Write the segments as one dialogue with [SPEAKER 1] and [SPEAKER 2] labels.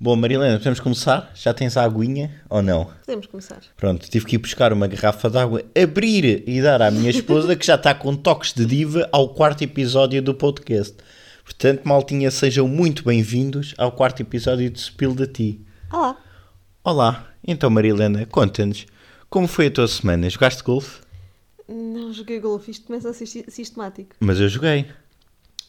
[SPEAKER 1] Bom, Marilena, podemos começar? Já tens a aguinha ou não?
[SPEAKER 2] Podemos começar.
[SPEAKER 1] Pronto, tive que ir buscar uma garrafa de água, abrir e dar à minha esposa, que já está com toques de diva, ao quarto episódio do podcast. Portanto, maltinha, sejam muito bem-vindos ao quarto episódio de Spill da Ti.
[SPEAKER 2] Olá.
[SPEAKER 1] Olá, então Marilena, conta-nos, como foi a tua semana? Jogaste golfe?
[SPEAKER 2] Não joguei golfe, isto começa a ser si- sistemático.
[SPEAKER 1] Mas eu joguei.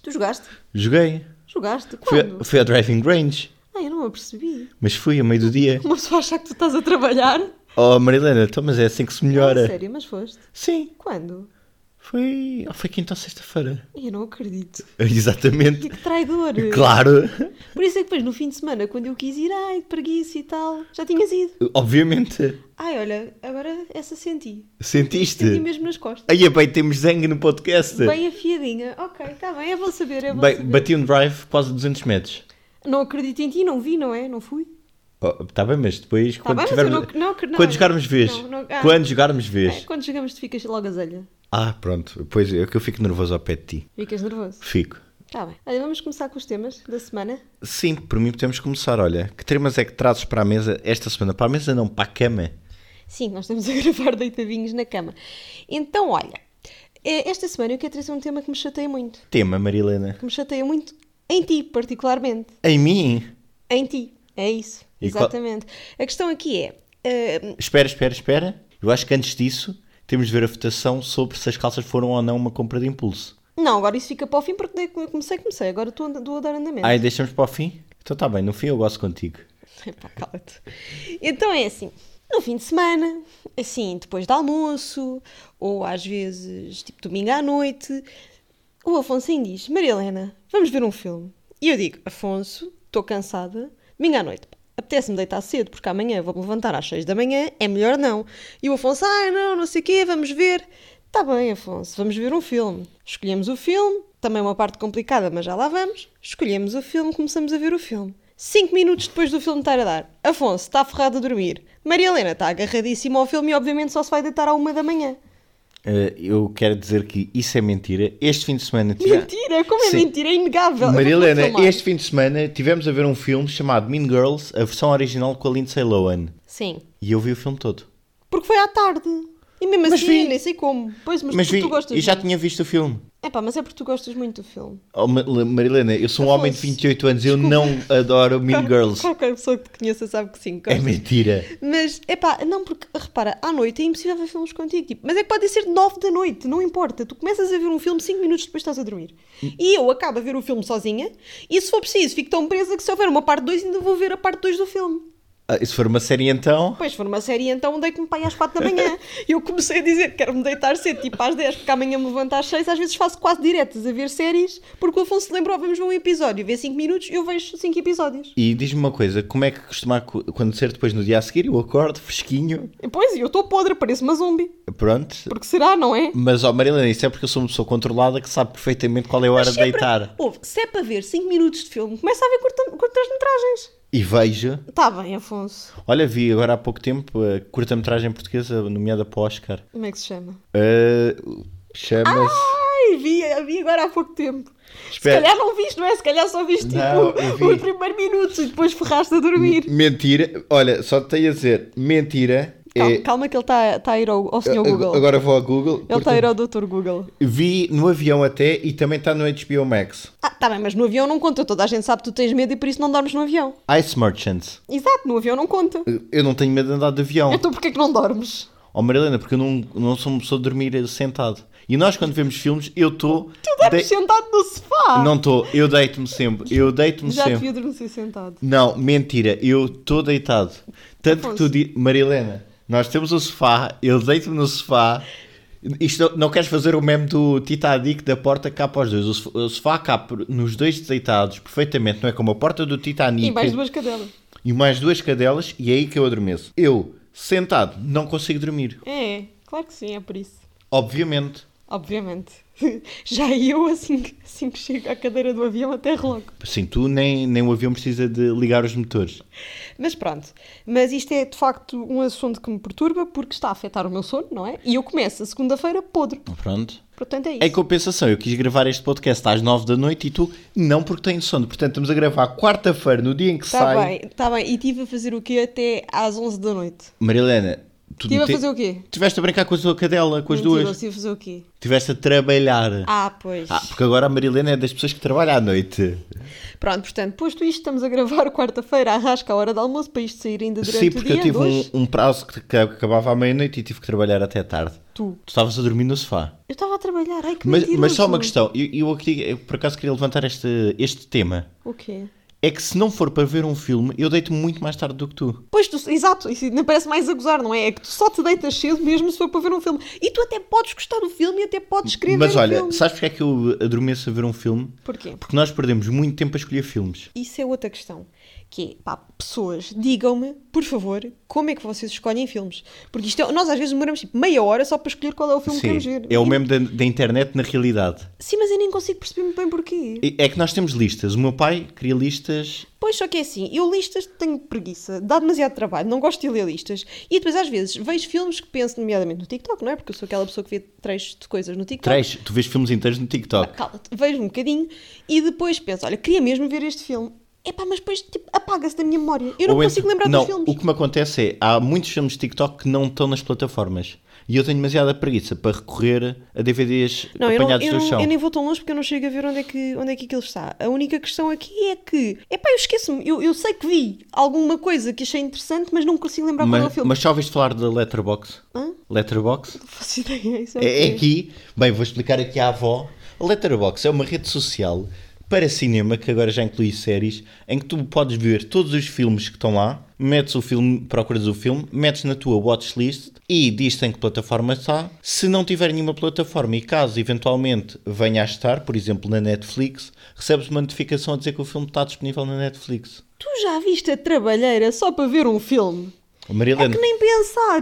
[SPEAKER 2] Tu jogaste?
[SPEAKER 1] Joguei.
[SPEAKER 2] Jogaste?
[SPEAKER 1] Fui,
[SPEAKER 2] Quando?
[SPEAKER 1] fui ao driving range,
[SPEAKER 2] Ah, eu não me apercebi.
[SPEAKER 1] mas fui a meio do dia.
[SPEAKER 2] Uma pessoa acha que tu estás a trabalhar.
[SPEAKER 1] Oh Marilena, então, mas é assim que se
[SPEAKER 2] Ah,
[SPEAKER 1] melhora.
[SPEAKER 2] sério, mas foste.
[SPEAKER 1] Sim,
[SPEAKER 2] Quando?
[SPEAKER 1] foi, foi quinta ou sexta-feira.
[SPEAKER 2] Eu não acredito.
[SPEAKER 1] Exatamente.
[SPEAKER 2] E que traidor.
[SPEAKER 1] Claro,
[SPEAKER 2] Por isso é que depois no fim de semana, quando eu quis ir, ai, de preguiça e tal, já tinhas ido.
[SPEAKER 1] obviamente.
[SPEAKER 2] Ai, olha, agora essa senti. Senti
[SPEAKER 1] Sentiste?
[SPEAKER 2] mesmo nas costas.
[SPEAKER 1] Aí bem, temos Zeng no podcast.
[SPEAKER 2] Bem afiadinha. Ok, está bem, é bom saber, é bom
[SPEAKER 1] Bem,
[SPEAKER 2] saber.
[SPEAKER 1] bati um drive quase 200 metros.
[SPEAKER 2] Não acredito em ti, não vi, não é? Não fui.
[SPEAKER 1] Está tá bem, mas depois quando
[SPEAKER 2] Tá bem, mas
[SPEAKER 1] tivermos.
[SPEAKER 2] eu não- não- não-
[SPEAKER 1] quando jogarmos vez.
[SPEAKER 2] não, não- ah.
[SPEAKER 1] Quando jogarmos vez.
[SPEAKER 2] É, quando chegamos tu ficas logo azelha.
[SPEAKER 1] Ah, pronto. Pois é que eu fico nervoso ao pé de ti.
[SPEAKER 2] Ficas nervoso.
[SPEAKER 1] Fico.
[SPEAKER 2] Tá bem. Olha, vamos começar com os temas da semana.
[SPEAKER 1] Sim, por mim podemos começar. Olha, que temas é que trazes para a mesa esta semana? Para a mesa não, para a cama.
[SPEAKER 2] Sim, nós estamos a gravar deitadinhos na cama. Então, olha, eh, esta semana eu quero trazer um tema que me chateia muito.
[SPEAKER 1] Tema, Marilena.
[SPEAKER 2] Que me chateia muito em ti, particularmente.
[SPEAKER 1] Em mim?
[SPEAKER 2] Em ti. É isso.
[SPEAKER 1] E qual-
[SPEAKER 2] Exatamente. A questão aqui é. eh,
[SPEAKER 1] Espera, espera, espera. Eu acho que antes disso temos de ver a votação sobre se as calças foram ou não uma compra de impulso.
[SPEAKER 2] não, agora isso fica para o fim porque daí que eu comecei, comecei. Agora estou a- estou a dar andamento.
[SPEAKER 1] Ai, deixamos para o fim? Então está bem, no fim eu gosto contigo.
[SPEAKER 2] Epá, cala-te. É Então é assim, no fim de semana, assim, depois do almoço, ou às vezes, tipo, domingo à noite, o Afonso diz, Maria Helena, vamos ver um filme. E eu digo, Afonso, estou cansada, domingo à noite, pá, apetece-me deitar cedo, porque amanhã vou-me levantar às seis da manhã, é melhor não. E o Afonso, ai não, não sei o quê, vamos ver. Está Tá bem, Afonso, vamos ver um filme. Escolhemos o filme, também é uma parte complicada, mas já lá vamos. Escolhemos o filme, começamos a ver o filme. Cinco minutos depois do filme estar a dar, Afonso está ferrado a dormir. Maria Helena está agarradíssima ao filme e obviamente só se vai deitar à uma da manhã.
[SPEAKER 1] Eh, eu quero dizer que isso é mentira. Este fim de semana tive-
[SPEAKER 2] Mentira, como é
[SPEAKER 1] Sim.
[SPEAKER 2] mentira? É inegável. Eu vou
[SPEAKER 1] Maria Helena,
[SPEAKER 2] filmar.
[SPEAKER 1] este fim de semana tivemos a ver um filme chamado Mean Girls, a versão original com a Lindsay Lohan.
[SPEAKER 2] Sim,
[SPEAKER 1] E eu vi o filme todo.
[SPEAKER 2] porque foi à tarde. E mesmo
[SPEAKER 1] Mas
[SPEAKER 2] assim,
[SPEAKER 1] vi.
[SPEAKER 2] nem sei como. Pois, mas,
[SPEAKER 1] Mas
[SPEAKER 2] porque
[SPEAKER 1] vi,
[SPEAKER 2] tu gostas
[SPEAKER 1] eu já
[SPEAKER 2] muito.
[SPEAKER 1] tinha visto o filme.
[SPEAKER 2] Epá, mas é porque tu gostas muito do filme.
[SPEAKER 1] Oh, Ma- Marilena, eu sou um
[SPEAKER 2] Afonso,
[SPEAKER 1] homem de 28 anos, eu não adoro Mean Girls.
[SPEAKER 2] Qualquer pessoa que te conheça sabe que sim,
[SPEAKER 1] É
[SPEAKER 2] gosta.
[SPEAKER 1] mentira.
[SPEAKER 2] Mas, epá, não, porque, repara, à noite é impossível ver filmes contigo. Tipo, mas é que pode ser 9 da noite, não importa. Tu começas a ver um filme 5 minutos depois estás a dormir. E eu acabo a ver o filme sozinha. E se for preciso, fico tão presa que se houver uma parte 2, ainda vou ver a parte 2 do filme.
[SPEAKER 1] Ah, e se for uma série então,
[SPEAKER 2] Pois, se for uma série, então deito-me para aí às 4 da manhã. E eu comecei a dizer que quero-me deitar cedo, tipo às 10, porque amanhã me levanto às 6. Às vezes faço quase diretas a ver séries, porque o Afonso lembrou, vamos ver um episódio, vê 5 minutos, eu vejo 5 episódios.
[SPEAKER 1] e diz-me uma coisa, como é que costuma acu- acontecer depois no dia a seguir? Eu acordo fresquinho,
[SPEAKER 2] E, Pois, e eu estou podre, pareço uma zumbi.
[SPEAKER 1] pronto.
[SPEAKER 2] Porque será, não é?
[SPEAKER 1] Mas, ó Marilena, isso é porque eu sou uma pessoa controlada que sabe perfeitamente qual é a hora de
[SPEAKER 2] sempre-
[SPEAKER 1] deitar.
[SPEAKER 2] Ouve, se é para ver 5 minutos de filme, começa a ver curta- curtas-metragens.
[SPEAKER 1] E vejo.
[SPEAKER 2] Está Tá bem, Afonso.
[SPEAKER 1] Olha, vi agora há pouco tempo a curta-metragem portuguesa nomeada para o Oscar.
[SPEAKER 2] Como é que se chama?
[SPEAKER 1] Ah, Chama-se.
[SPEAKER 2] Ai, vi, vi agora há pouco tempo.
[SPEAKER 1] Espera.
[SPEAKER 2] Se calhar não viste, não é? Se calhar só viste
[SPEAKER 1] Não, eu vi.
[SPEAKER 2] tipo os primeiros minutos e depois ferraste a dormir.
[SPEAKER 1] Mentira. Olha, só te tenho a dizer, mentira.
[SPEAKER 2] Calma,
[SPEAKER 1] É-
[SPEAKER 2] calma que ele está a ir ao, ao senhor tá, Google.
[SPEAKER 1] Agora vou ao Google.
[SPEAKER 2] ele está a
[SPEAKER 1] portanto,
[SPEAKER 2] ir ao Dr. Google.
[SPEAKER 1] Vi no avião até e também está no HBO Max.
[SPEAKER 2] Ah, tá bem, mas no avião não conta. Toda a gente sabe que tu tens medo e por isso não dormes no avião.
[SPEAKER 1] Ice Merchant.
[SPEAKER 2] Exato, no avião não conta.
[SPEAKER 1] Eu não tenho medo de andar de avião.
[SPEAKER 2] Então porquê que não dormes?
[SPEAKER 1] Oh Marilena, porque eu não, não sou uma pessoa de dormir sentado. E nós quando vemos filmes, eu estou.
[SPEAKER 2] Dormes sentado no sofá.
[SPEAKER 1] Não estou, eu deito-me sempre. Eu deito-me
[SPEAKER 2] Já
[SPEAKER 1] sempre.
[SPEAKER 2] devia adormecer sentado.
[SPEAKER 1] Não, mentira, eu estou deitado. Tanto que tu
[SPEAKER 2] Afonso.
[SPEAKER 1] di... Marilena, nós temos o sofá, eu deito-me no sofá. Isto não- não queres fazer o meme do Titanic da porta cá para os dois. O sof- O sofá cá por- nos dois deitados perfeitamente, não é? Como a porta do Titanic
[SPEAKER 2] E mais duas cadelas.
[SPEAKER 1] e mais duas cadelas, e é aí que eu adormeço. Eu, sentado, não consigo dormir.
[SPEAKER 2] É, claro que sim, é por isso.
[SPEAKER 1] Obviamente.
[SPEAKER 2] obviamente. Já eu, assim que, assim que chego à cadeira do avião, aterro logo.
[SPEAKER 1] Sim, tu nem, nem o avião precisa de ligar os motores.
[SPEAKER 2] Mas pronto, mas isto é de facto um assunto que me perturba porque está a afetar o meu sono, não é? E eu começo a segunda-feira podre.
[SPEAKER 1] Pronto.
[SPEAKER 2] Portanto, é isso.
[SPEAKER 1] Em compensação, eu quis gravar este podcast às 9 da noite e tu não porque tenho sono. Portanto, estamos a gravar quarta-feira, no dia em que
[SPEAKER 2] Está
[SPEAKER 1] sai.
[SPEAKER 2] Tá bem, está bem. E tive a fazer o quê até às 11 da noite?
[SPEAKER 1] Marilena, tu
[SPEAKER 2] Estive
[SPEAKER 1] não
[SPEAKER 2] a fazer o quê?
[SPEAKER 1] Tiveste a brincar com a tua cadela, com as
[SPEAKER 2] Mentira,
[SPEAKER 1] duas.
[SPEAKER 2] estive a fazer o quê?
[SPEAKER 1] Tiveste a trabalhar.
[SPEAKER 2] Ah, pois.
[SPEAKER 1] Ah, porque agora a Marilena é das pessoas que trabalha à noite.
[SPEAKER 2] Pronto, portanto, posto isto, estamos a gravar quarta-feira, arrasca a hora do almoço, para isto sair ainda durante
[SPEAKER 1] Sim,
[SPEAKER 2] o
[SPEAKER 1] porque
[SPEAKER 2] dia.
[SPEAKER 1] eu tive
[SPEAKER 2] dois.
[SPEAKER 1] um, um prazo que, que acabava à meia-noite e tive que trabalhar até tarde.
[SPEAKER 2] Tu.
[SPEAKER 1] Tu estavas a dormir no sofá.
[SPEAKER 2] Eu estava a trabalhar, ai que
[SPEAKER 1] Mas,
[SPEAKER 2] mentiroso.
[SPEAKER 1] mas só uma questão, eu, eu aqui, eu por acaso queria levantar este, este tema.
[SPEAKER 2] O quê?
[SPEAKER 1] É que se não for para ver um filme, eu deito-me muito mais tarde do que tu.
[SPEAKER 2] Pois, tu, exato, isso ainda parece mais a gozar, não é? É que tu só te deitas cedo mesmo se for para ver um filme. E tu até podes gostar do filme e até podes escrever
[SPEAKER 1] mas
[SPEAKER 2] o
[SPEAKER 1] olha,
[SPEAKER 2] um filme.
[SPEAKER 1] sabes porque é que eu adormeço a ver um filme?
[SPEAKER 2] Porquê?
[SPEAKER 1] Porque nós perdemos muito tempo a escolher filmes.
[SPEAKER 2] Isso é outra questão. Que é, pá, pessoas, digam-me, por favor, como é que vocês escolhem filmes? Porque isto é- nós às vezes demoramos tipo meia hora só para escolher qual é o filme que queremos ver.
[SPEAKER 1] é o
[SPEAKER 2] E-
[SPEAKER 1] mesmo da, da internet na realidade.
[SPEAKER 2] Sim, mas eu nem consigo perceber muito bem porquê.
[SPEAKER 1] E- É que nós temos listas. O meu pai cria listas.
[SPEAKER 2] Pois só que é assim, eu listas tenho preguiça, dá demasiado trabalho, não gosto de ler listas. E depois às vezes vejo filmes que penso, nomeadamente no TikTok, não é? Porque eu sou aquela pessoa que vê trechos de coisas no TikTok.
[SPEAKER 1] Três. Tu vês filmes inteiros no TikTok.
[SPEAKER 2] Cala-te, vejo um bocadinho e depois penso, olha, queria mesmo ver este filme. Epá, mas depois tipo, apaga-se da minha memória. Eu não
[SPEAKER 1] Ou
[SPEAKER 2] consigo
[SPEAKER 1] então-
[SPEAKER 2] lembrar
[SPEAKER 1] não,
[SPEAKER 2] dos filmes.
[SPEAKER 1] O que me acontece é, há muitos filmes de TikTok que não estão nas plataformas. E eu tenho demasiada preguiça para recorrer a DVDs
[SPEAKER 2] Não, eu, não,
[SPEAKER 1] apanhados
[SPEAKER 2] eu,
[SPEAKER 1] do
[SPEAKER 2] não-
[SPEAKER 1] chão.
[SPEAKER 2] eu nem vou tão longe porque eu não chego a ver onde é que, onde é que aquilo está. A única questão aqui é que, epá, eu esqueço-me. Eu, eu sei que vi alguma coisa que achei interessante, mas não consigo lembrar qual é o
[SPEAKER 1] Mas,
[SPEAKER 2] filme.
[SPEAKER 1] mas já ouviste falar da Letterbox?
[SPEAKER 2] Hã?
[SPEAKER 1] Letterbox?
[SPEAKER 2] Não faço ideia, isso
[SPEAKER 1] É, é
[SPEAKER 2] o quê?
[SPEAKER 1] aqui. Bem, vou explicar aqui à avó. A Letterbox é uma rede social para cinema, que agora já inclui séries, em que tu podes ver todos os filmes que estão lá, metes o filme, procuras o filme, metes na tua watchlist e diz em que plataforma está. Se não tiver nenhuma plataforma e caso eventualmente venha a estar, por exemplo, na Netflix, recebes uma notificação a dizer que o filme está disponível na Netflix.
[SPEAKER 2] Tu já viste a trabalheira só para ver um filme? É
[SPEAKER 1] Marilene,
[SPEAKER 2] que nem pensar.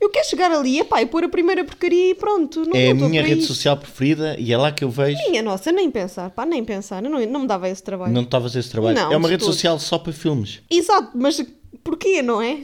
[SPEAKER 2] Eu quero chegar ali, epá, e pôr a primeira porcaria e pronto. Não
[SPEAKER 1] é a
[SPEAKER 2] não tô
[SPEAKER 1] minha
[SPEAKER 2] por aí.
[SPEAKER 1] rede social preferida e é lá que eu vejo.
[SPEAKER 2] Minha nossa, nem pensar, pá, nem pensar. Eu Não, não me dava esse trabalho.
[SPEAKER 1] Não estavas esse trabalho.
[SPEAKER 2] Não,
[SPEAKER 1] é uma
[SPEAKER 2] de
[SPEAKER 1] rede
[SPEAKER 2] todo.
[SPEAKER 1] social só para filmes.
[SPEAKER 2] Exato, mas porquê, não é?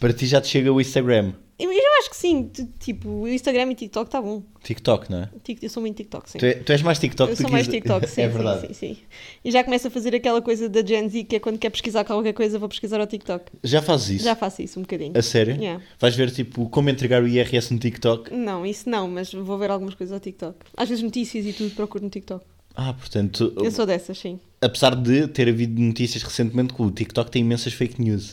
[SPEAKER 1] Para ti já te chega o Instagram.
[SPEAKER 2] Eu eu acho que sim, t- tipo, o Instagram e TikTok está bom.
[SPEAKER 1] TikTok, não é?
[SPEAKER 2] Tic- Eu sou muito TikTok, sim.
[SPEAKER 1] Tu, é- tu és mais TikTok
[SPEAKER 2] Eu
[SPEAKER 1] do
[SPEAKER 2] sou
[SPEAKER 1] que
[SPEAKER 2] mais
[SPEAKER 1] is-
[SPEAKER 2] TikTok, sim,
[SPEAKER 1] É
[SPEAKER 2] sim,
[SPEAKER 1] verdade.
[SPEAKER 2] sim, sim. E já começo a fazer aquela coisa da Gen Z que é quando quer pesquisar qualquer coisa, vou pesquisar ao TikTok.
[SPEAKER 1] Já fazes isso?
[SPEAKER 2] Já faço isso um bocadinho.
[SPEAKER 1] A sério?
[SPEAKER 2] Yeah.
[SPEAKER 1] Vais ver tipo como entregar o IRS no TikTok?
[SPEAKER 2] Não, isso não, mas vou ver algumas coisas ao TikTok. Às vezes notícias e tudo procuro no TikTok.
[SPEAKER 1] Ah, portanto,
[SPEAKER 2] Eu sou dessas, sim.
[SPEAKER 1] apesar de ter havido notícias recentemente que o TikTok tem imensas fake news.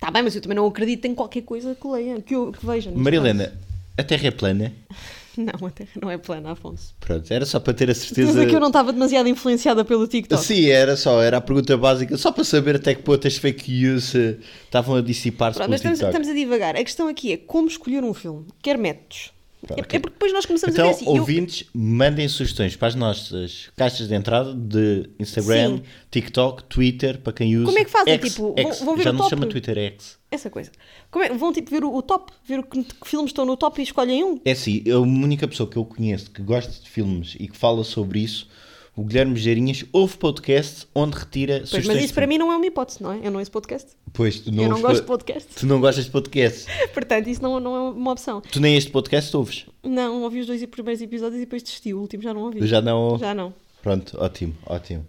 [SPEAKER 2] Tá bem, mas eu também não acredito em qualquer coisa que leia, que, eu, que veja. neste
[SPEAKER 1] Marilena, a Terra é plana?
[SPEAKER 2] caso. Não, a Terra não é plana, Afonso.
[SPEAKER 1] Pronto, era só para ter a certeza.
[SPEAKER 2] Certeza é que eu não estava demasiado influenciada pelo TikTok.
[SPEAKER 1] Sim, era só, era a pergunta básica, só para saber até que ponto as fake news eh, estavam a dissipar-se
[SPEAKER 2] Pronto,
[SPEAKER 1] pelo
[SPEAKER 2] mas
[SPEAKER 1] TikTok.
[SPEAKER 2] estamos, estamos a divagar. A questão aqui é como escolher um filme. Quer métodos. É,
[SPEAKER 1] Tá, ok.
[SPEAKER 2] é porque depois nós começamos
[SPEAKER 1] Então,
[SPEAKER 2] a ver assim. eu-
[SPEAKER 1] ouvintes, mandem sugestões para as nossas caixas de entrada de Instagram,
[SPEAKER 2] Sim.
[SPEAKER 1] TikTok, Twitter, para quem usa.
[SPEAKER 2] Como é que fazem?
[SPEAKER 1] X,
[SPEAKER 2] Tipo,
[SPEAKER 1] X,
[SPEAKER 2] vão- vão ver
[SPEAKER 1] Já
[SPEAKER 2] o
[SPEAKER 1] não
[SPEAKER 2] top?
[SPEAKER 1] se chama Twitter é X.
[SPEAKER 2] Essa coisa. Como é- Vão tipo ver o, o top, ver o que, que filmes estão no top e escolhem um.
[SPEAKER 1] É assim, a única pessoa que eu conheço que gosta de filmes e que fala sobre isso, o Guilherme Geirinhas, ouve podcast onde retira
[SPEAKER 2] Pois,
[SPEAKER 1] sugestões.
[SPEAKER 2] mas
[SPEAKER 1] de
[SPEAKER 2] isso para
[SPEAKER 1] filme.
[SPEAKER 2] mim não é uma hipótese, não é? Eu não ouço podcast.
[SPEAKER 1] Pois, tu não,
[SPEAKER 2] eu não
[SPEAKER 1] ouves
[SPEAKER 2] gosto de
[SPEAKER 1] po-
[SPEAKER 2] podcast.
[SPEAKER 1] Tu não gostas de podcast.
[SPEAKER 2] Portanto, isso não, não é uma opção.
[SPEAKER 1] tu nem este podcast ouves.
[SPEAKER 2] Não, ouvi os dois primeiros episódios e depois desisti. O último já não ouvi.
[SPEAKER 1] Eu já não.
[SPEAKER 2] Já não.
[SPEAKER 1] Pronto, ótimo, ótimo.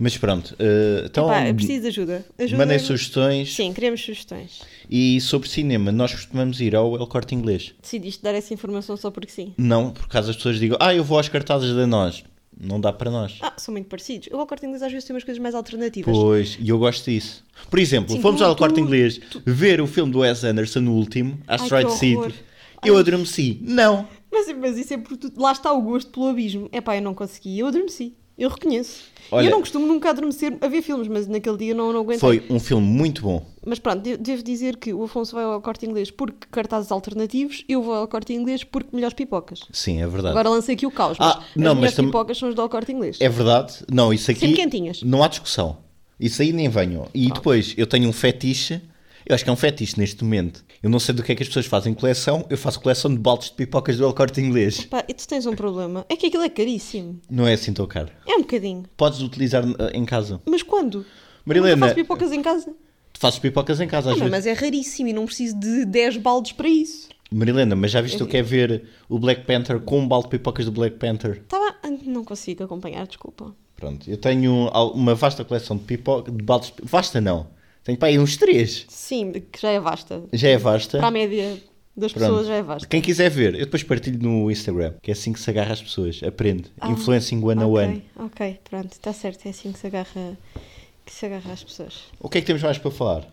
[SPEAKER 1] Mas pronto, eh, então.
[SPEAKER 2] Pá, eu preciso de ajuda. ajuda
[SPEAKER 1] Mandem sugestões
[SPEAKER 2] Sim, queremos sugestões.
[SPEAKER 1] e sobre cinema, nós costumamos ir ao El Corte Inglês.
[SPEAKER 2] Decidiste dar essa informação só porque sim.
[SPEAKER 1] Não, por causa as pessoas digam, ah, eu vou às cartazes da nós. Não dá para nós.
[SPEAKER 2] Ah, são muito parecidos. Eu ao corte inglês às vezes tem umas coisas mais alternativas.
[SPEAKER 1] Pois, e eu gosto disso. Por exemplo,
[SPEAKER 2] Sim,
[SPEAKER 1] fomos
[SPEAKER 2] tu-
[SPEAKER 1] ao quarto
[SPEAKER 2] tu-
[SPEAKER 1] inglês ver o filme do Wes Anderson, o último, Asteroid
[SPEAKER 2] que horror.
[SPEAKER 1] City. Eu adormeci. Não.
[SPEAKER 2] Mas, mas isso é porque tu- lá está o gosto pelo abismo. É pá, eu não consegui. Eu adormeci. Eu reconheço. E
[SPEAKER 1] Olha-
[SPEAKER 2] eu não costumo nunca adormecer a ver filmes, mas naquele dia não, não aguentei.
[SPEAKER 1] Foi um filme muito bom.
[SPEAKER 2] Mas pronto, de- devo dizer que o Afonso vai ao corte inglês porque cartazes alternativos, eu vou ao corte inglês porque melhores pipocas.
[SPEAKER 1] Sim, é verdade.
[SPEAKER 2] Agora lancei aqui o caos, mas
[SPEAKER 1] Ah, não,
[SPEAKER 2] as
[SPEAKER 1] mas
[SPEAKER 2] melhores
[SPEAKER 1] tam-
[SPEAKER 2] pipocas são as do ao corte inglês.
[SPEAKER 1] É verdade. Não, isso aqui.
[SPEAKER 2] Sempre quentinhas.
[SPEAKER 1] Não há discussão. Isso aí nem venham. E depois, eu tenho um fetiche Eu acho que é um fetiche neste momento. Eu não sei do que é que as pessoas fazem coleção, eu faço coleção de baldes de pipocas do El Corte Inglês.
[SPEAKER 2] Pá, e tu tens um problema. É que aquilo é caríssimo.
[SPEAKER 1] Não é assim tão caro.
[SPEAKER 2] É um bocadinho.
[SPEAKER 1] Podes utilizar eh, em casa.
[SPEAKER 2] Mas quando?
[SPEAKER 1] Marilena-
[SPEAKER 2] Eu faço pipocas em casa.
[SPEAKER 1] Tu fazes pipocas em casa às
[SPEAKER 2] Ah,
[SPEAKER 1] vezes.
[SPEAKER 2] mas é raríssimo e não preciso de 10 baldes para isso.
[SPEAKER 1] Marilena, mas já viste o que é ver o Black Panther com um balde de pipocas do Black Panther?
[SPEAKER 2] Tava... ah, Não consigo acompanhar, desculpa.
[SPEAKER 1] Pronto, eu tenho al- uma vasta coleção de pipocas, de baldes... de pi- Vasta não, tenho para aí uns três.
[SPEAKER 2] Sim, que já é vasta.
[SPEAKER 1] Já é vasta.
[SPEAKER 2] Para a média das
[SPEAKER 1] Pronto.
[SPEAKER 2] pessoas já é vasta.
[SPEAKER 1] Quem quiser ver, eu depois partilho no Instagram, que é assim que se agarra as pessoas, aprende.
[SPEAKER 2] Ah,
[SPEAKER 1] Influencing one on
[SPEAKER 2] ok,
[SPEAKER 1] one.
[SPEAKER 2] Ok, pronto, está certo. É assim que se agarra, que se agarra às pessoas.
[SPEAKER 1] O que é que temos mais para falar?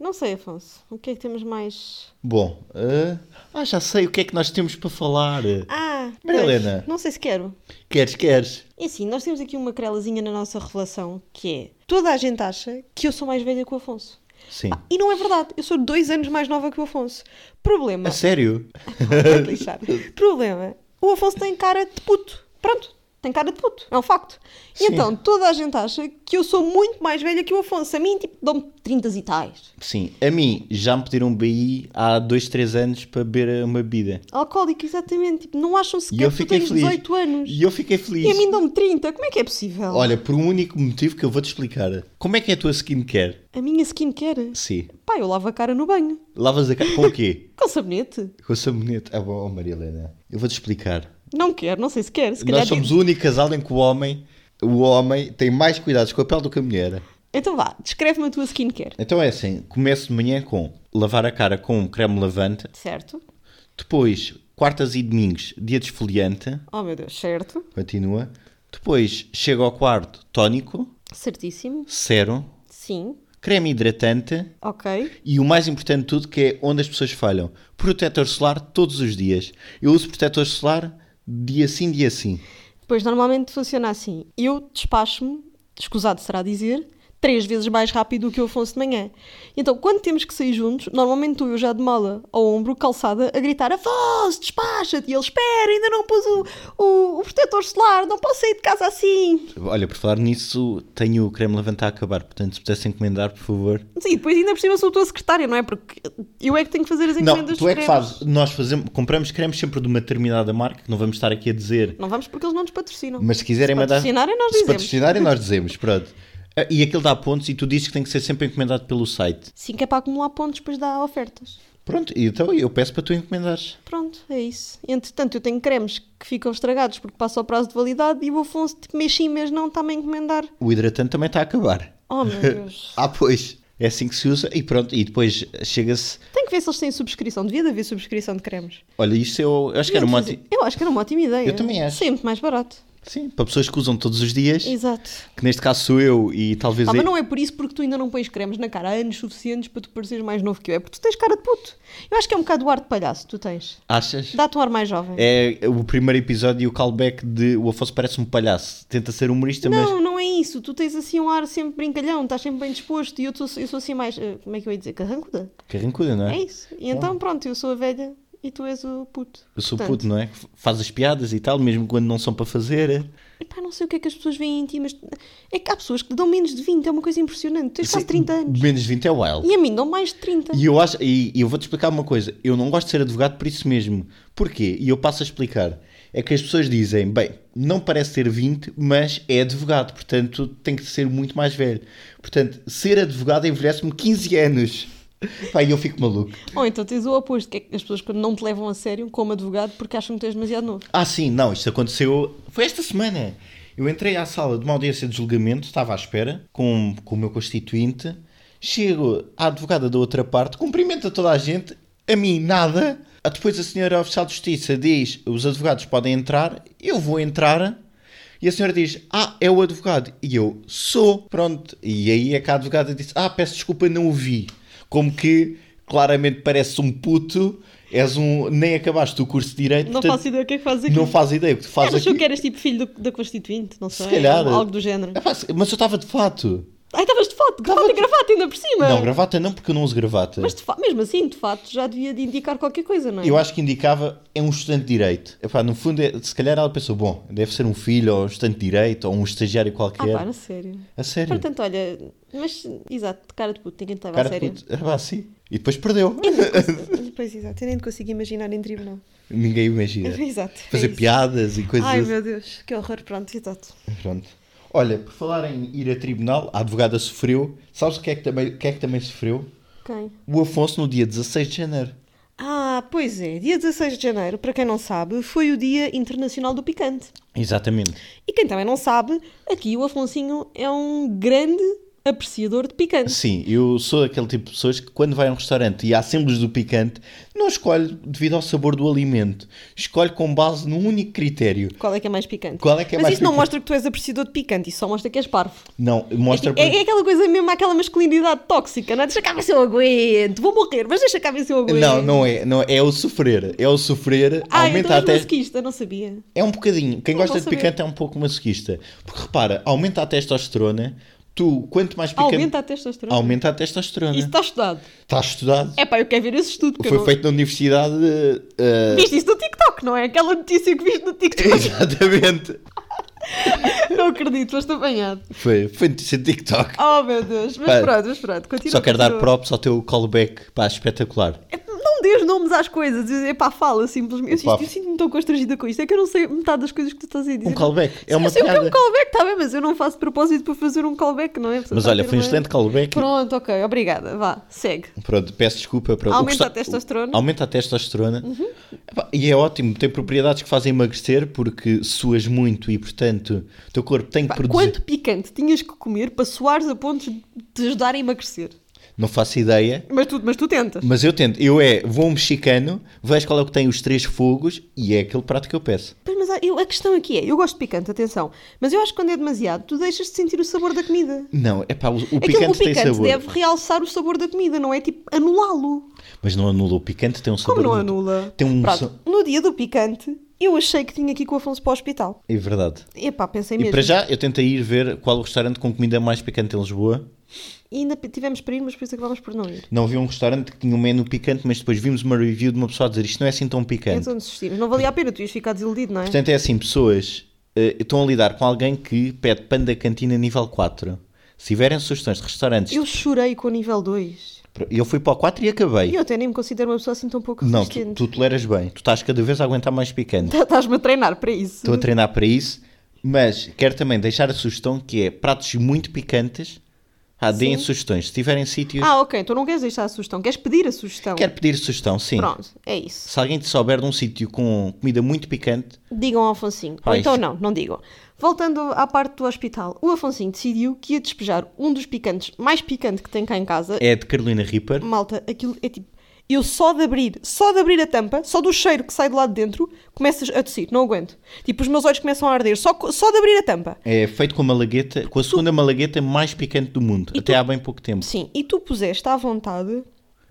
[SPEAKER 2] Não sei, Afonso. O que é que temos mais?
[SPEAKER 1] Bom, eh, ah, já sei o que é que nós temos para falar.
[SPEAKER 2] Ah,
[SPEAKER 1] Marilena.
[SPEAKER 2] pois, Não sei se quero.
[SPEAKER 1] Queres, queres?
[SPEAKER 2] E assim, nós temos aqui uma crelazinha na nossa relação que é toda a gente acha que eu sou mais velha que o Afonso.
[SPEAKER 1] Sim.
[SPEAKER 2] Pá, E não é verdade, eu sou dois anos mais nova que o Afonso. Problema.
[SPEAKER 1] A sério?
[SPEAKER 2] Vai-te lixar. Problema. O Afonso tem cara de puto. Pronto, tem cara de puto. É um facto. E
[SPEAKER 1] Sim.
[SPEAKER 2] então toda a gente acha que eu sou muito mais velha que o Afonso. A mim, tipo, dão-me 30 e tais.
[SPEAKER 1] Sim. A mim, já me pediram um BI há 2, 3 anos para beber uma bebida.
[SPEAKER 2] Alcoólico, exatamente. Tipo, não acham
[SPEAKER 1] E
[SPEAKER 2] sequer
[SPEAKER 1] eu
[SPEAKER 2] que tu
[SPEAKER 1] fiquei
[SPEAKER 2] tens
[SPEAKER 1] feliz.
[SPEAKER 2] 18 anos.
[SPEAKER 1] E eu fiquei feliz.
[SPEAKER 2] E a mim dão-me 30. Como é que é possível?
[SPEAKER 1] Olha, por um único motivo que eu vou-te explicar. Como é que é a tua skincare?
[SPEAKER 2] A minha skincare.
[SPEAKER 1] Sim.
[SPEAKER 2] Pá, eu lavo a cara no banho.
[SPEAKER 1] Lavas a cara com o quê?
[SPEAKER 2] Com sabonete.
[SPEAKER 1] Com sabonete. Ah, bom, oh, Maria Helena. Eu vou-te explicar.
[SPEAKER 2] Não quero, não sei se quero. Se calhar
[SPEAKER 1] Nós somos
[SPEAKER 2] digo-
[SPEAKER 1] o único casal em que o homem, o homem tem mais cuidados com a pele do que a mulher.
[SPEAKER 2] Então vá, descreve-me a tua skincare.
[SPEAKER 1] Então é assim, começo de manhã com lavar a cara com um creme lavante,
[SPEAKER 2] Certo?
[SPEAKER 1] depois quartas e domingos, dia de esfoliante,
[SPEAKER 2] Oh meu Deus, certo.
[SPEAKER 1] continua, depois chego ao quarto, tónico,
[SPEAKER 2] Certíssimo.
[SPEAKER 1] sérum,
[SPEAKER 2] Sim.
[SPEAKER 1] creme hidratante
[SPEAKER 2] Ok.
[SPEAKER 1] e o mais importante de tudo que é onde as pessoas falham, protetor solar todos os dias. Eu uso protetor solar dia sim, dia sim.
[SPEAKER 2] Pois normalmente funciona assim. Eu despacho-me, escusado será dizer, três vezes mais rápido do que o Afonso de manhã. Então, quando temos que sair juntos, normalmente estou eu já de mala ao ombro, calçada, a gritar Afonso, despacha-te! E ele, espera, ainda não pus o, o, o protetor solar, não posso sair de casa assim!
[SPEAKER 1] Olha, por falar nisso, tenho o creme lavante a acabar, portanto se pudesse encomendar, por favor.
[SPEAKER 2] Sim, depois ainda por cima sou a tua secretária, não é? Porque eu é que tenho que fazer as encomendas
[SPEAKER 1] Não, tu
[SPEAKER 2] dos
[SPEAKER 1] é que
[SPEAKER 2] cremes.
[SPEAKER 1] fazes. Nós fazemos, compramos cremes sempre de uma determinada marca, que não vamos estar aqui a dizer.
[SPEAKER 2] Não vamos porque eles não nos patrocinam.
[SPEAKER 1] Mas se quiserem
[SPEAKER 2] Se
[SPEAKER 1] mandar.
[SPEAKER 2] patrocinarem, nós
[SPEAKER 1] Se
[SPEAKER 2] dizemos.
[SPEAKER 1] patrocinarem, nós dizemos, pronto. Ah, E aquilo dá pontos e tu dizes que tem que ser sempre encomendado pelo site.
[SPEAKER 2] Sim, que é para acumular pontos, depois dá ofertas.
[SPEAKER 1] Pronto, então eu peço para tu encomendares.
[SPEAKER 2] Pronto, é isso. Entretanto, eu tenho cremes que ficam estragados porque passa o prazo de validade e o Afonso, tipo, mês sim, mês não, está-me a encomendar.
[SPEAKER 1] O hidratante também está a acabar.
[SPEAKER 2] Oh, meu Deus.
[SPEAKER 1] Ah, pois. É assim que se usa e pronto. E depois chega-se.
[SPEAKER 2] tenho que ver se eles têm subscrição. Devia de haver subscrição de cremes.
[SPEAKER 1] Olha, isto é eu, eu acho que era
[SPEAKER 2] Não,
[SPEAKER 1] uma.
[SPEAKER 2] quer
[SPEAKER 1] ótima.
[SPEAKER 2] dizer, Eu acho que era uma ótima ideia.
[SPEAKER 1] Eu também acho.
[SPEAKER 2] Sempre mais barato.
[SPEAKER 1] Sim, para pessoas que usam todos os dias,
[SPEAKER 2] Exato.
[SPEAKER 1] que neste caso sou eu e talvez.
[SPEAKER 2] Pá,
[SPEAKER 1] eu-
[SPEAKER 2] mas não é por isso porque tu ainda não pões cremes na cara há anos suficientes para tu pareceres mais novo que eu. É porque tu tens cara de puto. Eu acho que é um bocado o ar de palhaço que tu tens.
[SPEAKER 1] Achas?
[SPEAKER 2] Dá-te um ar mais jovem.
[SPEAKER 1] É o primeiro episódio e o callback de o Afonso parece um palhaço. Tenta ser humorista, mas
[SPEAKER 2] Não, não é isso. Tu tens assim um ar sempre brincalhão, estás sempre bem disposto e eu, tô- eu sou assim mais. eh, Como é que eu ia dizer? Carrancuda?
[SPEAKER 1] carrancuda, não é?
[SPEAKER 2] É isso. E então, pronto, eu sou a velha e tu és o puto.
[SPEAKER 1] Eu sou
[SPEAKER 2] Portanto,
[SPEAKER 1] puto, não é? F- Faz as piadas e tal, mesmo quando não são para fazer.
[SPEAKER 2] Epá, não sei o que é que as pessoas veem em ti, mas é que há pessoas que te dão menos de 20, é uma coisa impressionante. Tu tens
[SPEAKER 1] Assim,
[SPEAKER 2] quase 30 anos.
[SPEAKER 1] Menos de 20 é wild.
[SPEAKER 2] E a mim dão mais de 30.
[SPEAKER 1] E eu acho, e, e eu vou-te explicar uma coisa, eu não gosto de ser advogado por isso mesmo. Porquê? E eu passo a explicar. É que as pessoas dizem, bem, não parece ter 20, mas é advogado, portanto tem que ser muito mais velho. Portanto, ser advogado envelhece-me 15 anos. Pá, e eu fico maluco.
[SPEAKER 2] Ou então tens o oposto, que é que as pessoas quando não te levam a sério como advogado porque acham que tu és demasiado novo.
[SPEAKER 1] Ah, sim, não, isto aconteceu. Foi esta semana. Eu entrei à sala de uma audiência de julgamento, estava à espera, com, com o meu constituinte. Chego à advogada da outra parte, cumprimenta toda a gente, a mim nada. Ah, Depois a senhora oficial de justiça diz: os advogados podem entrar, eu vou entrar. E a senhora diz: Ah, é o advogado. E eu sou. Pronto. E aí é que a advogada disse: Ah, peço desculpa, não o vi. Como que claramente parece um puto, és um. Nem acabaste o curso de direito.
[SPEAKER 2] Não
[SPEAKER 1] portanto,
[SPEAKER 2] faço ideia o que é que fazes aqui.
[SPEAKER 1] não faz ideia o que tu fazes
[SPEAKER 2] Achou que
[SPEAKER 1] aqui.
[SPEAKER 2] eras tipo filho do- da Constituinte, não sei.
[SPEAKER 1] Se calhar.
[SPEAKER 2] Algo do género.
[SPEAKER 1] É pá, se- Mas eu estava de fato.
[SPEAKER 2] Ai, estavas de fato, gravata e gravata ainda por cima.
[SPEAKER 1] Não, gravata não, porque eu não uso gravata.
[SPEAKER 2] Mas de fa- mesmo assim, de fato, já devia de indicar qualquer coisa, não é?
[SPEAKER 1] Eu acho que indicava é um estudante de direito. É pá, no fundo, é- se calhar ela pensou, bom, deve ser um filho ou um estudante de direito ou um estagiário
[SPEAKER 2] Ah,
[SPEAKER 1] qualquer.
[SPEAKER 2] pá, a sério.
[SPEAKER 1] a sério.
[SPEAKER 2] Portanto, olha, Mas, exato, cara de puto, ninguém te leva
[SPEAKER 1] Cara
[SPEAKER 2] a
[SPEAKER 1] de
[SPEAKER 2] sério. É
[SPEAKER 1] puto. Ah, sim. E depois perdeu.
[SPEAKER 2] Pois, exato, eu nem te consigo imaginar em tribunal.
[SPEAKER 1] Ninguém imagina.
[SPEAKER 2] Exato. é
[SPEAKER 1] Fazer
[SPEAKER 2] isso.
[SPEAKER 1] piadas e coisas. assim.
[SPEAKER 2] Ai meu Deus, que horror, pronto, exato.
[SPEAKER 1] Pronto. Olha, por falar em ir a tribunal, a advogada sofreu. Sabes o que é que também, o que é que também sofreu?
[SPEAKER 2] Quem?
[SPEAKER 1] O Afonso no dia 16 de janeiro.
[SPEAKER 2] Ah, pois é, dia 16 de janeiro, para quem não sabe, foi o Dia Internacional do Picante.
[SPEAKER 1] Exatamente.
[SPEAKER 2] E quem também não sabe, aqui o Afonsinho é um grande apreciador de picante.
[SPEAKER 1] Sim, eu sou aquele tipo de pessoas que quando vai a um restaurante e há símbolos do picante, não escolhe devido ao sabor do alimento. Escolhe com base num único critério.
[SPEAKER 2] Qual é que é mais picante?
[SPEAKER 1] Qual é que é
[SPEAKER 2] Mas
[SPEAKER 1] mais
[SPEAKER 2] isso não
[SPEAKER 1] picante?
[SPEAKER 2] mostra que tu és apreciador de picante, isso só mostra que és parvo.
[SPEAKER 1] Não, mostra...
[SPEAKER 2] É, é aquela coisa mesmo, aquela masculinidade tóxica, não é? Deixa cá ver se eu aguento, vou morrer, mas deixa cá ver se eu aguento.
[SPEAKER 1] Não, não é, não é. É o sofrer. É o sofrer.
[SPEAKER 2] Ah,
[SPEAKER 1] aumenta
[SPEAKER 2] então és
[SPEAKER 1] até...
[SPEAKER 2] masoquista, não sabia.
[SPEAKER 1] É um bocadinho. Quem
[SPEAKER 2] Não
[SPEAKER 1] gosta
[SPEAKER 2] vou
[SPEAKER 1] de
[SPEAKER 2] saber.
[SPEAKER 1] picante é um pouco masoquista. Porque repara, aumenta a testosterona. Tu, quanto mais picante.
[SPEAKER 2] Aumenta a testosterona.
[SPEAKER 1] aumenta a testosterona.
[SPEAKER 2] Isso está estudado.
[SPEAKER 1] Está estudado.
[SPEAKER 2] É pá, eu quero ver esse estudo. porque eu
[SPEAKER 1] Foi
[SPEAKER 2] não-
[SPEAKER 1] feito na universidade. eh,
[SPEAKER 2] Viste isso no TikTok, não é? Aquela notícia que viste no TikTok.
[SPEAKER 1] exatamente.
[SPEAKER 2] não acredito, foste apanhado.
[SPEAKER 1] Foi, foi notícia de TikTok.
[SPEAKER 2] Oh meu Deus, mas
[SPEAKER 1] Pá,
[SPEAKER 2] pronto, mas pronto, continua.
[SPEAKER 1] Só quero dar
[SPEAKER 2] continua. É,
[SPEAKER 1] props ao teu callback. Pá, espetacular.
[SPEAKER 2] Não dês nomes às coisas, é pá, fala simplesmente. Eu,
[SPEAKER 1] Epá.
[SPEAKER 2] eu sinto-me tão constrangida com isto, é que eu não sei metade das coisas que tu estás a dizer.
[SPEAKER 1] Um callback. É
[SPEAKER 2] Sim,
[SPEAKER 1] uma
[SPEAKER 2] eu sei o que é um
[SPEAKER 1] piada.
[SPEAKER 2] callback, está bem, mas eu não faço de propósito para fazer um callback, não é? Portanto,
[SPEAKER 1] Mas
[SPEAKER 2] está a
[SPEAKER 1] olha,
[SPEAKER 2] ter
[SPEAKER 1] foi um
[SPEAKER 2] uma-
[SPEAKER 1] excelente callback.
[SPEAKER 2] Pronto, ok, obrigada, vá, segue.
[SPEAKER 1] Pronto, peço desculpa para o que
[SPEAKER 2] Aumenta
[SPEAKER 1] está-
[SPEAKER 2] a testosterona. Uhum.
[SPEAKER 1] Aumenta a testosterona. Epá, E é ótimo, tem propriedades que fazem emagrecer porque suas muito e, portanto, o teu corpo tem que
[SPEAKER 2] Pá,
[SPEAKER 1] produzir.
[SPEAKER 2] quanto picante tinhas que comer para suares a pontos de te ajudar a emagrecer?
[SPEAKER 1] Não faço ideia,
[SPEAKER 2] Mas tu, mas tu tentas.
[SPEAKER 1] mas eu tento. Eu é, vou a um mexicano, vejo qual é o que tem os três fogos e é aquele prato que eu peço.
[SPEAKER 2] Pois, mas há- eu- a questão aqui é, eu gosto de picante, atenção, mas eu acho que quando é demasiado, tu deixas de sentir o sabor da comida.
[SPEAKER 1] Não, é pá, o, o
[SPEAKER 2] Aquilo-
[SPEAKER 1] picante
[SPEAKER 2] o picante
[SPEAKER 1] tem sabor.
[SPEAKER 2] deve realçar o sabor da comida, não é tipo anulá-lo.
[SPEAKER 1] Mas não anula o picante, tem um sabor.
[SPEAKER 2] Como não
[SPEAKER 1] muito-
[SPEAKER 2] anula?
[SPEAKER 1] Tem um.
[SPEAKER 2] Pronto,
[SPEAKER 1] sa-
[SPEAKER 2] no dia do picante, eu achei que tinha aqui com o Afonso para o hospital.
[SPEAKER 1] É verdade.
[SPEAKER 2] Epá, pensei
[SPEAKER 1] E
[SPEAKER 2] mesmo.
[SPEAKER 1] para já eu tentei ir ver qual o restaurante com comida mais picante em Lisboa.
[SPEAKER 2] E ainda p- tivemos para ir, mas por isso acabámos por não ir.
[SPEAKER 1] Não vi um restaurante que tinha um menu picante, mas depois vimos uma review de uma pessoa a dizer isto não é assim tão picante.
[SPEAKER 2] Então desistimos. Não valia a pena, tu ias ficar desiludido, não é?
[SPEAKER 1] Portanto, é assim, pessoas eh, estão a lidar com alguém que pede pão da cantina nível 4. Se tiverem sugestões de restaurantes,
[SPEAKER 2] Eu chorei com o nível 2.
[SPEAKER 1] eu fui para o 4 e acabei.
[SPEAKER 2] E eu até nem me considero uma pessoa assim tão pouco
[SPEAKER 1] Não, tu,
[SPEAKER 2] resistente. Tá,
[SPEAKER 1] tu toleras bem. Tu estás cada vez a aguentar mais picante.
[SPEAKER 2] Estás-me a treinar para isso.
[SPEAKER 1] Estou a treinar para isso, mas quero também deixar a sugestão que é pratos muito picantes. Ah, deem sugestões. Se tiverem sítios,
[SPEAKER 2] Ah, ok, então não queres deixar a sugestão, queres pedir a sugestão.
[SPEAKER 1] quero pedir sugestão, sim.
[SPEAKER 2] Pronto, é isso.
[SPEAKER 1] Se alguém te souber de um sítio com comida muito picante,
[SPEAKER 2] Digam ao Afonsinho. Ou
[SPEAKER 1] Ai.
[SPEAKER 2] então não, não digam. Voltando à parte do hospital, o Afonsinho decidiu que ia despejar um dos picantes mais picante que tem cá em casa.
[SPEAKER 1] é de Carolina Reaper.
[SPEAKER 2] Malta, aquilo é tipo. Eu só de abrir, só de abrir a tampa, só do cheiro que sai do lado de dentro, começas a tossir, não aguento. Tipo, os meus olhos começam a arder, só, co- só de abrir a tampa.
[SPEAKER 1] É feito com a malagueta, com a segunda malagueta mais picante do mundo, até há bem pouco tempo.
[SPEAKER 2] Sim, e tu puseste à vontade.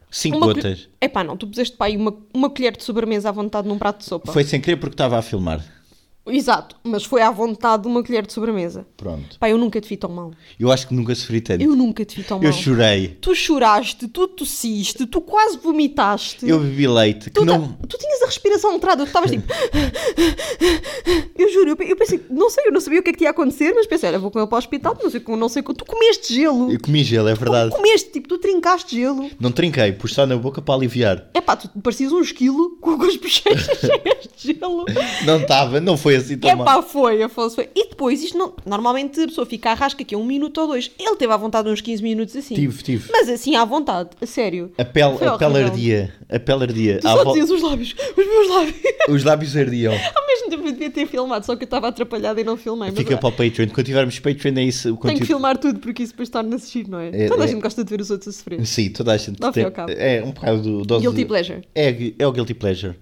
[SPEAKER 1] 5
[SPEAKER 2] uma colher-
[SPEAKER 1] gotas.
[SPEAKER 2] Epá, não, tu puseste pá, aí uma, uma colher de sobremesa à vontade num prato de sopa.
[SPEAKER 1] Foi sem querer porque estava a filmar.
[SPEAKER 2] Exato, mas foi à vontade uma colher de sobremesa.
[SPEAKER 1] Pronto.
[SPEAKER 2] Pá, eu nunca te vi tão mal.
[SPEAKER 1] Eu acho que nunca sofri tanto. Eu,
[SPEAKER 2] Eu nunca te vi tão mal.
[SPEAKER 1] chorei.
[SPEAKER 2] Tu choraste, tu tossiste, tu quase vomitaste.
[SPEAKER 1] Eu bebi leite. Que
[SPEAKER 2] tu, ta-
[SPEAKER 1] não...
[SPEAKER 2] tu tinhas a respiração alterada, tu estavas tipo. eu juro, eu, pe- eu pensei, não sei, eu não sabia o que é que te ia acontecer, mas pensei, olha, vou com ele para o hospital, não sei como, não sei como. Tu comeste gelo.
[SPEAKER 1] Eu comi gelo, é verdade.
[SPEAKER 2] Tu comeste, tipo, tu trincaste gelo.
[SPEAKER 1] Não trinquei, pus só na boca para aliviar.
[SPEAKER 2] É pá, tu parecias um esquilo com com as bochechas cheias de gelo.
[SPEAKER 1] Não estava, não foi assim tão
[SPEAKER 2] É
[SPEAKER 1] mal.
[SPEAKER 2] pá, foi, Afonso, foi. E depois, isto não. Normalmente a pessoa fica à rasca aqui um minuto ou dois. Ele teve à vontade uns 15 minutos assim.
[SPEAKER 1] Tive, tive.
[SPEAKER 2] Mas assim, à vontade, a sério.
[SPEAKER 1] A pele,
[SPEAKER 2] Foi
[SPEAKER 1] a pele
[SPEAKER 2] horrível.
[SPEAKER 1] ardia. A pele ardia.
[SPEAKER 2] Tu
[SPEAKER 1] À
[SPEAKER 2] só É
[SPEAKER 1] vol-
[SPEAKER 2] dizias os lábios, os meus lábios.
[SPEAKER 1] Os lábios ardiam.
[SPEAKER 2] Ao mesmo tempo eu devia ter filmado, só que eu estava atrapalhada e não filmei. Mas é
[SPEAKER 1] Fica para o Patreon. Quando tivermos Patreon é isso. o
[SPEAKER 2] tenho que
[SPEAKER 1] conteúdo-
[SPEAKER 2] filmar tudo porque isso depois torna se giro, não é?
[SPEAKER 1] É,
[SPEAKER 2] Toda a
[SPEAKER 1] é.
[SPEAKER 2] gente gosta de ver os outros a sofrer.
[SPEAKER 1] Sim, toda a gente
[SPEAKER 2] Dá fio
[SPEAKER 1] tem.
[SPEAKER 2] ao cabo.
[SPEAKER 1] É um bocado do dose
[SPEAKER 2] Guilty
[SPEAKER 1] de-
[SPEAKER 2] pleasure.
[SPEAKER 1] É, é o guilty pleasure.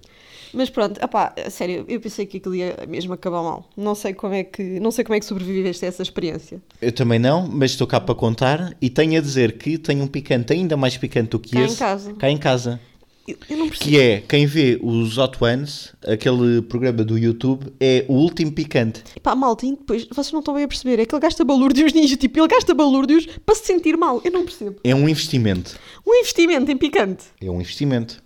[SPEAKER 2] Mas pronto, opá, a sério, eu pensei que aquilo ia mesmo acabar mal. Não sei como é que, não sei como é que sobreviveste a essa experiência.
[SPEAKER 1] Eu também não, mas estou cá para contar e tenho a dizer que tenho um picante ainda mais picante do que
[SPEAKER 2] Cá em
[SPEAKER 1] esse
[SPEAKER 2] casa.
[SPEAKER 1] cá em casa.
[SPEAKER 2] Eu, eu não percebo.
[SPEAKER 1] Que é, quem vê os Hot Ones, aquele programa do YouTube, é o último picante.
[SPEAKER 2] Pá, malta, e depois, vocês não estão bem a perceber, é que ele gasta balúrdios nisto, tipo, ele gasta balúrdios para se sentir mal. Eu não percebo.
[SPEAKER 1] É um investimento.
[SPEAKER 2] Um investimento em picante.
[SPEAKER 1] É um investimento.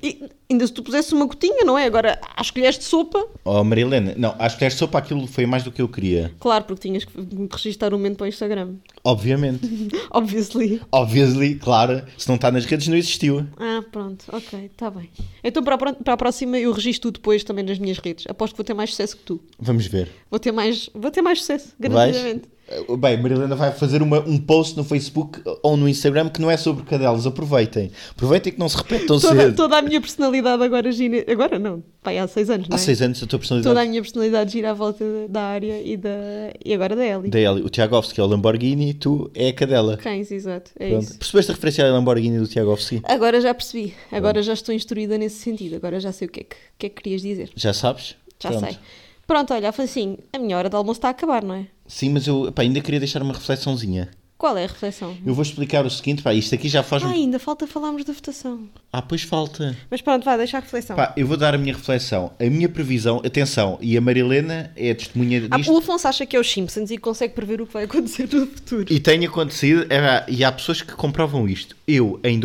[SPEAKER 2] E ainda se tu pusesse uma gotinha, não é? Agora, às colheres de sopa,
[SPEAKER 1] Oh, Marilena, não, acho que esta sopa aquilo foi mais do que eu queria.
[SPEAKER 2] claro, porque tinhas que registar o momento para o Instagram.
[SPEAKER 1] Obviamente.
[SPEAKER 2] Obviously.
[SPEAKER 1] Obviously, claro, se não está nas redes não existiu.
[SPEAKER 2] Ah, pronto, ok, está bem. Então para a, pro- para a próxima eu registro depois também nas minhas redes. Aposto que vou ter mais sucesso que tu.
[SPEAKER 1] Vamos ver.
[SPEAKER 2] Vou ter mais, vou ter mais sucesso,
[SPEAKER 1] Vais?
[SPEAKER 2] garantidamente.
[SPEAKER 1] Eh, Bem, Marilena vai fazer uma- um post no Facebook ou no Instagram que não é sobre cadelas. Aproveitem. Aproveitem que não se repete tão
[SPEAKER 2] Toda,
[SPEAKER 1] cedo.
[SPEAKER 2] toda a minha personalidade agora gira. Agora não, pai, há seis anos, não
[SPEAKER 1] Há
[SPEAKER 2] é?
[SPEAKER 1] seis anos a tua
[SPEAKER 2] Toda a
[SPEAKER 1] personalidade
[SPEAKER 2] minha personalidade gira à volta da- da área e, da, e agora da Ellie.
[SPEAKER 1] da Eli. O Tiagovski é o Lamborghini e tu é a cadela.
[SPEAKER 2] Cães, exato, é
[SPEAKER 1] Pronto.
[SPEAKER 2] isso.
[SPEAKER 1] Percebeste a referência à Lamborghini do Tiagovski?
[SPEAKER 2] Agora já percebi, agora já estou instruída nesse sentido, agora já sei o que é que, o que, é que querias dizer.
[SPEAKER 1] Já sabes?
[SPEAKER 2] Já
[SPEAKER 1] Pronto.
[SPEAKER 2] sei. Pronto, olha, assim, a minha hora de almoço está a acabar, não é?
[SPEAKER 1] Sim, mas eu pá, ainda queria deixar uma reflexãozinha.
[SPEAKER 2] Qual é a reflexão?
[SPEAKER 1] Eu vou explicar o seguinte, pá, isto aqui já faz...
[SPEAKER 2] Ah,
[SPEAKER 1] um.
[SPEAKER 2] ainda falta falarmos da votação.
[SPEAKER 1] Ah, pois falta.
[SPEAKER 2] Mas pronto, vá, deixa a reflexão.
[SPEAKER 1] Pá, eu vou dar a minha reflexão. A minha previsão, atenção, e a Marilena é a testemunha
[SPEAKER 2] Ah,
[SPEAKER 1] disto.
[SPEAKER 2] o Afonso acha que é os Simpsons e consegue prever o que vai acontecer no futuro.
[SPEAKER 1] E tem acontecido, é pá, e há pessoas que comprovam isto. Eu, em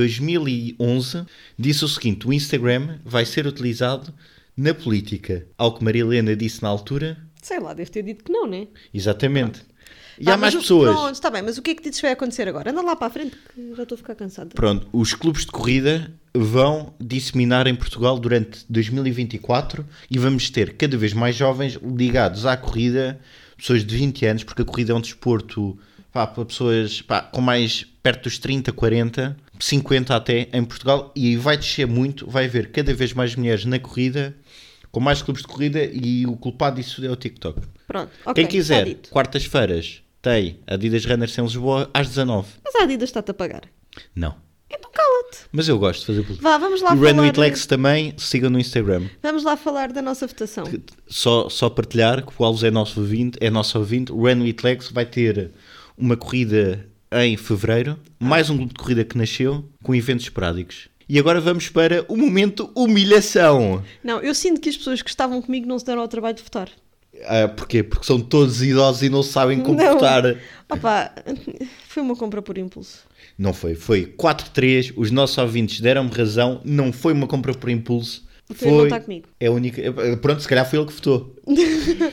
[SPEAKER 1] 2011, disse o seguinte: o Instagram vai ser utilizado na política. Ao que Marilena disse na altura,
[SPEAKER 2] Sei lá, deve ter dito que não, né?
[SPEAKER 1] exatamente. E
[SPEAKER 2] Ah,
[SPEAKER 1] há
[SPEAKER 2] mas
[SPEAKER 1] mais
[SPEAKER 2] o-
[SPEAKER 1] pessoas.
[SPEAKER 2] Pronto, está bem, mas o que é que dizes vai acontecer agora? Anda lá para a frente que já estou a ficar cansada.
[SPEAKER 1] Pronto, os clubes de corrida vão disseminar em Portugal durante 2024 e vamos ter cada vez mais jovens ligados à corrida, pessoas de 20 anos, porque a corrida é um desporto pá, para pessoas pá, com mais perto dos 30, 40, 50 até em Portugal e vai descer muito, vai haver cada vez mais mulheres na corrida, com mais clubes de corrida e o culpado disso é o TikTok.
[SPEAKER 2] Pronto, ok.
[SPEAKER 1] Quem quiser,
[SPEAKER 2] está dito.
[SPEAKER 1] quartas-feiras, tem Adidas Runners em Lisboa às 19.
[SPEAKER 2] Mas a Adidas está-te a pagar.
[SPEAKER 1] Não.
[SPEAKER 2] Então cala-te.
[SPEAKER 1] Mas eu gosto de fazer publicidade.
[SPEAKER 2] Vá, vamos lá
[SPEAKER 1] E Run
[SPEAKER 2] falar.
[SPEAKER 1] with Lex também, sigam no Instagram.
[SPEAKER 2] Vamos lá falar da nossa votação.
[SPEAKER 1] Só, só partilhar que o Alves é nosso ouvinte, é nosso ouvinte. Run with Lex vai ter uma corrida em fevereiro, mais um grupo de corrida que nasceu, com eventos esporádicos. E agora vamos para o momento humilhação.
[SPEAKER 2] Não, eu sinto que as pessoas que estavam comigo não se deram ao trabalho de votar.
[SPEAKER 1] Ah, porquê? Porque são todos idosos e não sabem comportar. Não,
[SPEAKER 2] Não. Opa, foi uma compra por impulso.
[SPEAKER 1] foi, foi 4-3. Os nossos ouvintes deram-me razão. Não foi uma compra por impulso.
[SPEAKER 2] O tá teu irmão
[SPEAKER 1] Foi.
[SPEAKER 2] está comigo.
[SPEAKER 1] É a única. Pronto, se calhar foi ele que votou.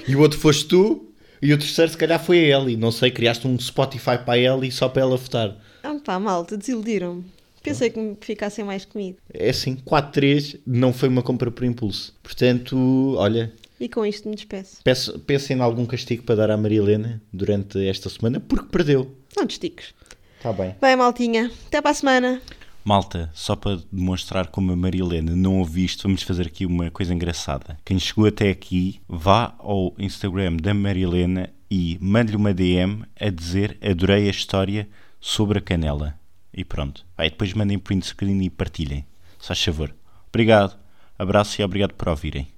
[SPEAKER 1] e o outro foste tu. E o terceiro, se calhar, foi a Ellie. Não sei, criaste um Spotify para a Ellie só para ela votar.
[SPEAKER 2] Ah, pá, malta, desiludiram-me. Pensei que me ficassem mais comigo.
[SPEAKER 1] É assim, 4-3 não foi uma compra por impulso. Portanto, olha,
[SPEAKER 2] E com isto me despeço.
[SPEAKER 1] peço, pensem em algum castigo para dar à Maria Helena durante esta semana, porque perdeu.
[SPEAKER 2] Não te estiques.
[SPEAKER 1] Está bem.
[SPEAKER 2] Bem, maltinha, até para a semana.
[SPEAKER 1] Malta, só para demonstrar como a Maria Helena não ouviu isto, vamos fazer aqui uma coisa engraçada. Quem chegou até aqui, vá ao Instagram da Maria Helena e mande-lhe uma DM a dizer adorei a história sobre a canela. E pronto. Aí depois mandem print screen e partilhem. Se faz favor. Obrigado, abraço e obrigado por ouvirem.